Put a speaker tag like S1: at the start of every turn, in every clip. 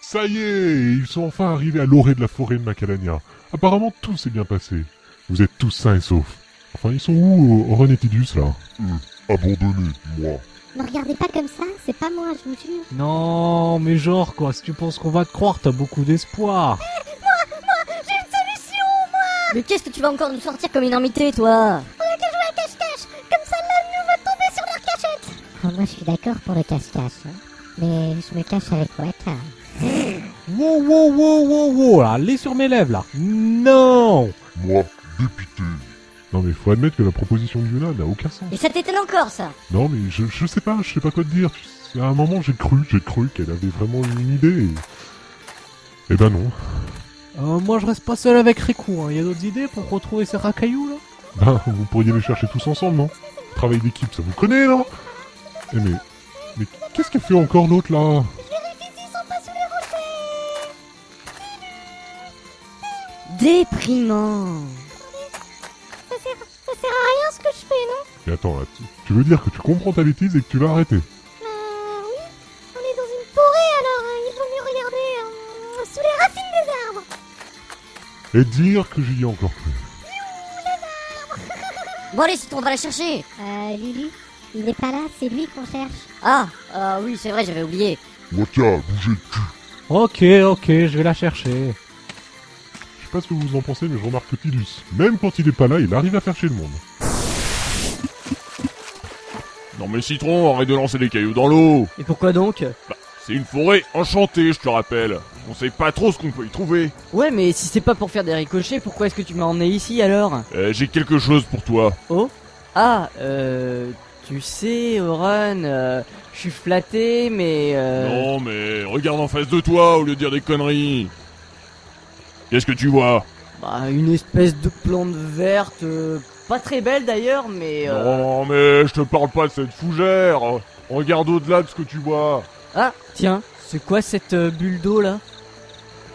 S1: Ça y est, ils sont enfin arrivés à l'orée de la forêt de Macalania. Apparemment, tout s'est bien passé. Vous êtes tous sains et saufs. Enfin, ils sont où, au Renetidus, là
S2: Abandonné, Hmm, moi.
S3: Me regardez pas comme ça, c'est pas moi, je vous jure.
S4: Non, mais genre quoi, si tu penses qu'on va te croire, t'as beaucoup d'espoir.
S3: J'ai une solution
S5: Mais qu'est-ce que tu vas encore nous sortir comme énormité, toi
S3: à cache-cache Comme ça, l'homme va tomber sur leur cachette Ah, Moi, je suis d'accord pour le cache-cache, hein. mais je me cache avec Wata.
S4: Wow, wow, wow, wow, wow, là, allez sur mes lèvres, là. Non
S2: Moi, dépité.
S1: Non, mais faut admettre que la proposition de Yuna n'a aucun sens.
S5: Et ça t'étonne encore, ça
S1: Non, mais je, je sais pas, je sais pas quoi te dire. À un moment, j'ai cru, j'ai cru qu'elle avait vraiment une idée. Et... Eh ben non.
S4: Euh, Moi, je reste pas seul avec Riku, hein. Y a d'autres idées pour retrouver ces racailloux, là
S1: Ben, vous pourriez les chercher tous ensemble, non Travail d'équipe, ça vous connaît, non Eh mais... Mais qu'est-ce qu'elle fait encore l'autre, là
S5: Déprimant
S3: Ça sert, ça sert à rien ce que je fais, non
S1: Mais attends, là, tu- tu veux dire que tu comprends ta bêtise et que tu l'as arrêtée
S3: Bah oui, on est dans une forêt alors, euh, il vaut mieux regarder euh, sous les racines des arbres.
S1: Et dire que j'y ai encore cru.
S5: Bon, allez, c'est on va la chercher
S3: Euh, Lulu, il est pas là, c'est lui qu'on cherche.
S5: Ah, euh, oui, c'est vrai, j'avais oublié.
S2: Waka, bougez le cul.
S4: Ok, ok, je vais la chercher.
S1: Je sais pas ce que vous en pensez, mais je remarque que Tidus, même quand il est pas là, il arrive à faire chez le monde.
S2: Non mais Citron, arrête de lancer des cailloux dans l'eau
S6: Et pourquoi donc
S2: C'est une forêt enchantée, je te rappelle. On sait pas trop ce qu'on peut y trouver.
S6: Ouais, mais si c'est pas pour faire des ricochets, pourquoi est-ce que tu m'as emmené ici alors
S2: Euh, J'ai quelque chose pour toi.
S6: Oh Ah, euh... Tu sais, Oren, euh, je suis flatté, mais... Euh...
S2: Non mais regarde en face de toi au lieu de dire des conneries. Qu'est-ce que tu vois
S6: Bah, une espèce de plante verte... euh, Pas très belle d'ailleurs, mais... euh,
S2: Non mais je te parle pas de cette fougère. Regarde au-delà de ce que tu vois.
S6: Ah, tiens, c'est quoi cette euh, bulle d'eau là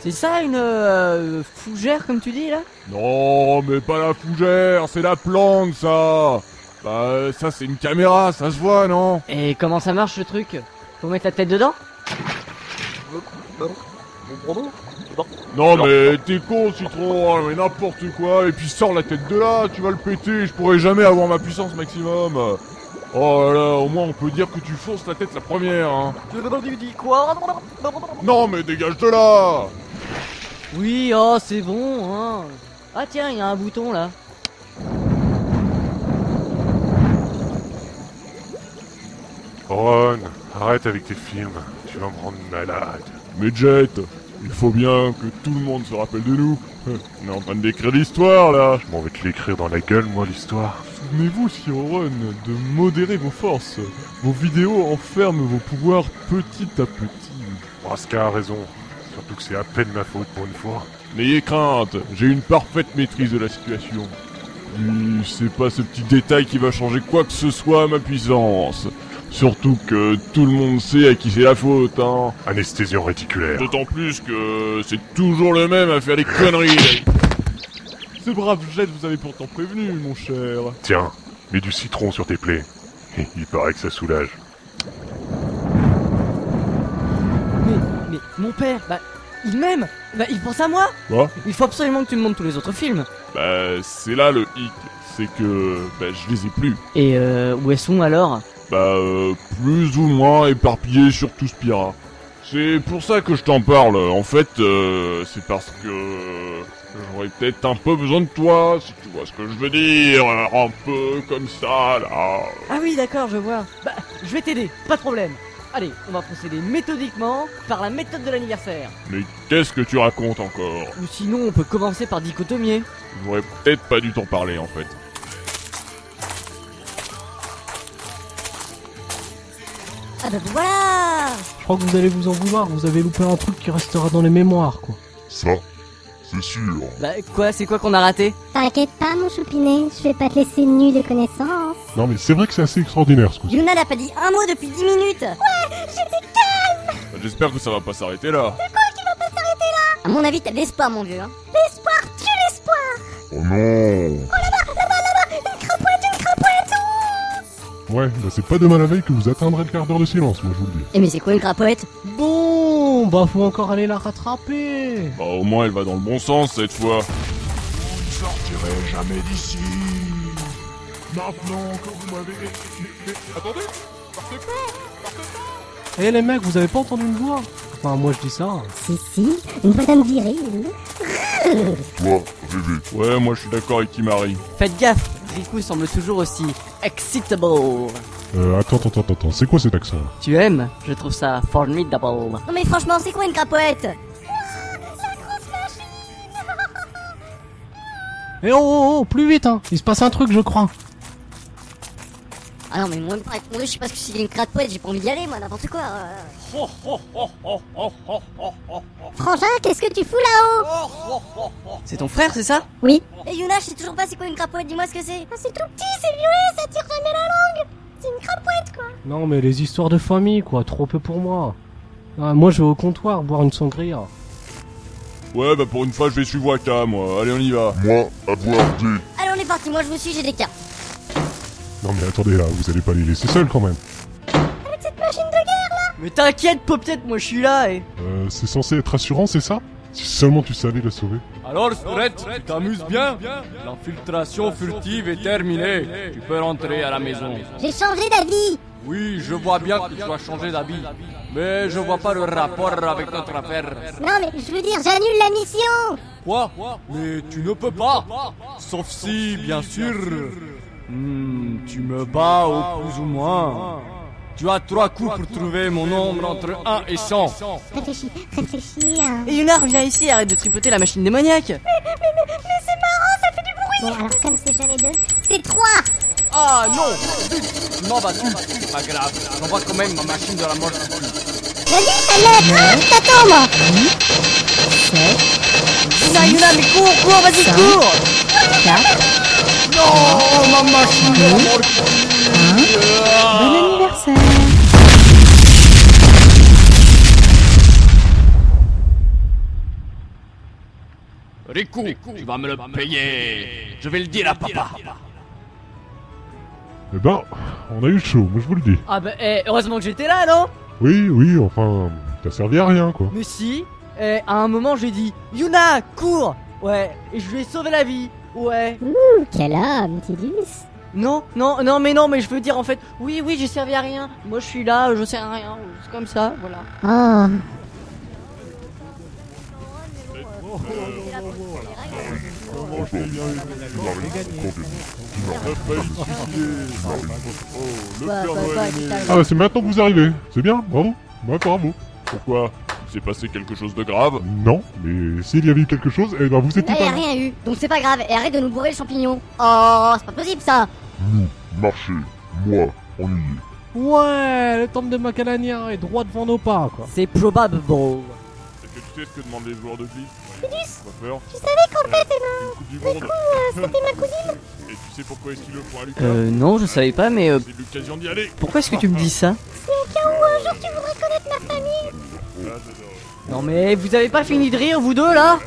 S6: C'est ça une euh, fougère comme tu dis là
S2: Non mais pas la fougère, c'est la plante ça. Bah ça c'est une caméra, ça se voit non
S6: Et comment ça marche le truc Faut mettre la tête dedans
S2: Non mais t'es con Citron, oh, mais n'importe quoi, et puis sors la tête de là, tu vas le péter, je pourrai jamais avoir ma puissance maximum. Oh là là, au moins on peut dire que tu fonces la tête la première, hein. Non mais dégage de là
S6: Oui, oh c'est bon hein Ah tiens, il y a un bouton là
S1: Ron, arrête avec tes films, tu vas me rendre malade.
S2: Mais Jet, il faut bien que tout le monde se rappelle de nous. On est en train de décrire l'histoire là.
S1: Je m'en vais te l'écrire dans la gueule, moi, l'histoire.
S7: Souvenez-vous, Siron, de modérer vos forces. Vos vidéos enferment vos pouvoirs petit à petit.
S1: Braska a raison, surtout que c'est à peine ma faute pour une fois.
S2: N'ayez crainte, j'ai une parfaite maîtrise de la situation. Puis, C'est pas ce petit détail qui va changer quoi que ce soit à ma puissance. Surtout que tout le monde sait à qui c'est la faute, hein.
S1: Anesthésion réticulaire.
S2: D'autant plus que c'est toujours le même à faire des conneries. là.
S7: Ce brave jet vous avez pourtant prévenu, mon cher.
S1: Tiens, mets du citron sur tes plaies. Il paraît que ça soulage.
S6: Mais, mais mon père, bah, il m'aime Bah, il pense à moi
S2: Quoi
S6: Il faut absolument que tu me montres tous les autres films
S2: Bah, c'est là le hic. C'est que, bah, je les ai plus.
S6: Et euh, où elles sont alors
S2: Bah, euh, plus ou moins éparpillés sur tout Spira. C'est pour ça que je t'en parle. En fait, euh, c'est parce que euh, j'aurais peut-être un peu besoin de toi, si tu vois ce que je veux dire. Un peu comme ça, là.
S6: Ah oui, d'accord, je vois. Bah, je vais t'aider, pas de problème. Allez, on va procéder méthodiquement par la méthode de l'anniversaire.
S2: Mais qu'est-ce que tu racontes encore
S6: Ou sinon, on peut commencer par dichotomier.
S2: J'aurais peut-être pas dû t'en parler, en fait.
S5: Ah bah voilà
S4: Je crois que vous allez vous en vouloir, vous avez loupé un truc qui restera dans les mémoires, quoi.
S2: Ça, c'est sûr.
S6: Bah, quoi, c'est quoi qu'on a raté
S3: T'inquiète pas, mon choupinet, je vais pas te laisser nu de connaissances.
S1: Non, mais c'est vrai que c'est assez extraordinaire ce coup.
S5: Yuna n'a pas dit un mot depuis 10 minutes
S2: Bah, J'espère que ça va pas s'arrêter là.
S5: À mon avis, t'as de l'espoir, mon vieux. Hein.
S2: Oh non
S1: Eh, Ouais, bah c'est pas demain la veille que vous atteindrez le quart d'heure de silence, moi je vous le dis.
S5: Eh mais c'est quoi une crapoette
S6: Bon
S4: non, bah faut encore aller la rattraper.
S2: Bah au moins elle va dans le bon sens cette fois.
S8: Vous ne sortirez jamais d'ici. Maintenant que vous m'avez... mais- mais- mais- Attendez Partez pas
S4: Eh les mecs, vous avez pas entendu une voix Enfin, moi je dis ça.
S3: Si, si, une madame virile.
S8: Toi, Révé,
S2: Ouais moi je suis d'accord avec Kimari.
S6: Faites gaffe, Riku semble toujours aussi excitable.
S1: Euh, attends, attends, attends, attends, c'est quoi cet accent
S6: Tu aimes Je trouve ça formidable.
S5: Non mais franchement, c'est quoi une crapouette
S4: Eh oh, oh, oh, plus vite, hein. Il se passe un truc, je crois.
S5: Ah non, mais moi, me paraît je sais pas ce que c'est une crapouette, j'ai pas envie d'y aller, moi, n'importe quoi. euh.
S3: Frangin, qu'est-ce que tu fous là-haut
S6: C'est ton frère, c'est ça
S3: Oui.
S5: Et Yuna, je sais toujours pas c'est quoi une crapouette, dis-moi ce que c'est.
S3: Ah, c'est tout petit, c'est violet, ça tire jamais la langue. C'est une crapouette, quoi.
S4: Non, mais les histoires de famille, quoi, trop peu pour moi. Ah, moi, je vais au comptoir boire une sangria.
S2: Ouais bah pour une fois je vais suivre Aka moi. Allez on y va.
S8: moi, avoir dit.
S5: Allez, on est parti, moi je vous suis, j'ai des cartes.
S1: Non mais attendez là, vous allez pas les laisser seuls quand même.
S6: Mais t'inquiète, Popiette, moi je suis là et.
S1: Euh, c'est censé être rassurant, c'est ça Si seulement tu savais la sauver.
S9: Alors, Tourette, tu t'amuses bien L'infiltration furtive est terminée. Tu peux rentrer à la maison.
S3: J'ai changé d'avis.
S9: Oui, je vois bien que tu as changé d'habit, mais je vois pas le rapport avec notre affaire.
S3: Non, mais je veux dire, j'annule la mission.
S9: Quoi Mais tu ne peux pas Sauf si, bien sûr. Hmm, tu me bats au plus ou moins. Tu as trois coups pour trouver mon nombre entre 1 et 100.
S3: Réfléchis, réfléchis. hein.
S6: Et Yuna, reviens ici, arrête de tripoter la machine démoniaque
S3: Bon, alors comme c'est jamais deux, c'est trois.
S9: Ah non Zut Non, bah tu, c'est pas grave. J'envoie quand même ma machine de la mort.
S3: Vas-y, sale Ah, je t'attends, moi.
S6: Yuna, Yuna, mais cours, cours, vas-y, cours
S9: Non, ma machine de la mort Riku, tu vas me le payer. Je vais le dire à papa.
S1: Eh ben, on a eu chaud, moi je vous le dis.
S6: Ah bah, eh, heureusement que j'étais là, non
S1: Oui, oui, enfin, t'as servi à rien quoi.
S6: Mais si eh, À un moment, j'ai dit Yuna, cours Ouais, et je lui ai sauvé la vie Ouais
S3: Quel homme, Tidus.
S6: Non, non, non, mais non, mais je veux dire en fait, oui, oui, j'ai servi à rien. Moi, je suis là, je sers à rien. C'est comme ça, voilà.
S5: Ah.
S3: Oh,
S2: Oh,
S5: Bah, bah, bah, putain.
S1: Ah bah c'est maintenant que vous arrivez, c'est bien, bravo, bravo, bravo.
S2: Pourquoi Il s'est passé quelque chose de grave
S1: Non, mais s'il y avait eu quelque chose, eh ben vous étiez
S5: Eh, y
S1: pas
S5: a
S1: là.
S5: rien eu, donc c'est pas grave, et arrête de nous bourrer le champignon. Oh, c'est pas possible ça
S8: Nous, marcher. Moi, ennuyé.
S4: Ouais, le temple de Macalania est droit devant nos pas, quoi.
S6: C'est probable, bro.
S2: Est-ce que tu sais ce que demandent les joueurs de glisse Pas peur.
S3: tu savais qu'en fait, euh, elle
S2: Euh, Une coupe du monde.
S3: euh, c'était ma cousine.
S2: Et tu sais pourquoi est-ce qu'il le font à Lucas
S6: Euh, non, je savais pas, mais euh,
S2: C'est l'occasion d'y aller.
S6: pourquoi est-ce que tu me dis ça
S2: Ah,
S6: Non, mais vous avez pas fini de rire, vous deux, là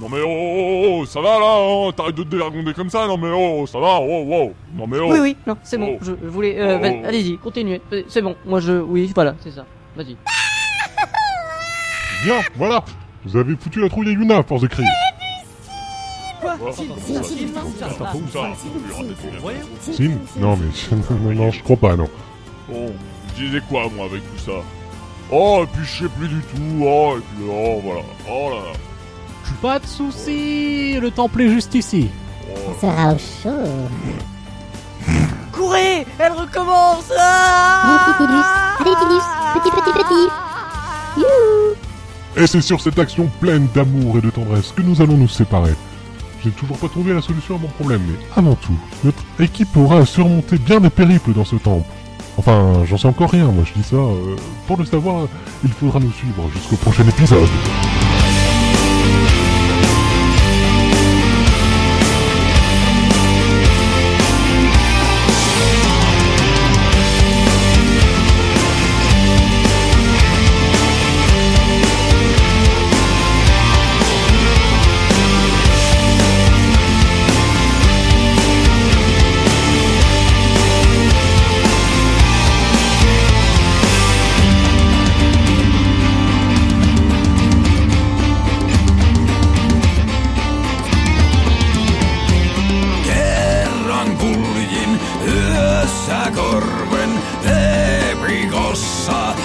S2: Non mais oh, oh, oh, ça va là hein T'arrêtes de te dévergonder comme ça, non mais oh, ça va, oh, oh Non mais oh
S6: Oui, oui, non, c'est bon,
S2: Oh.
S6: je, je voulais. Euh, vas-
S2: Oh.
S6: Allez-y, continuez, c'est- c'est bon, moi je. Oui, voilà, c'est ça. Vas-y.
S1: Bien, voilà. Vous avez foutu la trouille à Yuna à force de crier.
S6: Quoi
S2: Si, Où ça
S1: Sim Non mais je- non, non, je crois pas, non.
S2: Bon, je disais Oh, quoi moi avec tout ça Oh, et puis je sais plus du tout, oh, et puis oh, voilà, oh là là
S4: Pas de soucis, le temple est juste ici.
S2: Oh,
S3: Ça sera au chaud.
S6: Courez Elle recommence ah
S3: Allez, Tidus. Allez, Tidus. Petit, petit, petit.
S1: Et c'est sur cette action pleine d'amour et de tendresse que nous allons nous séparer. J'ai toujours pas trouvé la solution à mon problème, mais avant tout, notre équipe aura surmonté bien des périples dans ce temple. Enfin, j'en sais encore rien, moi je dis ça. euh, pour le savoir, il faudra nous suivre jusqu'au prochain épisode.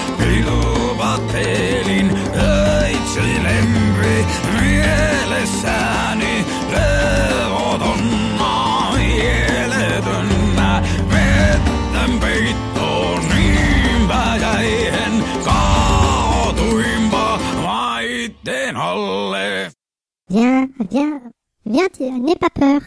S9: e e
S3: Viens, viens, viens, tu- n'aie pas peur.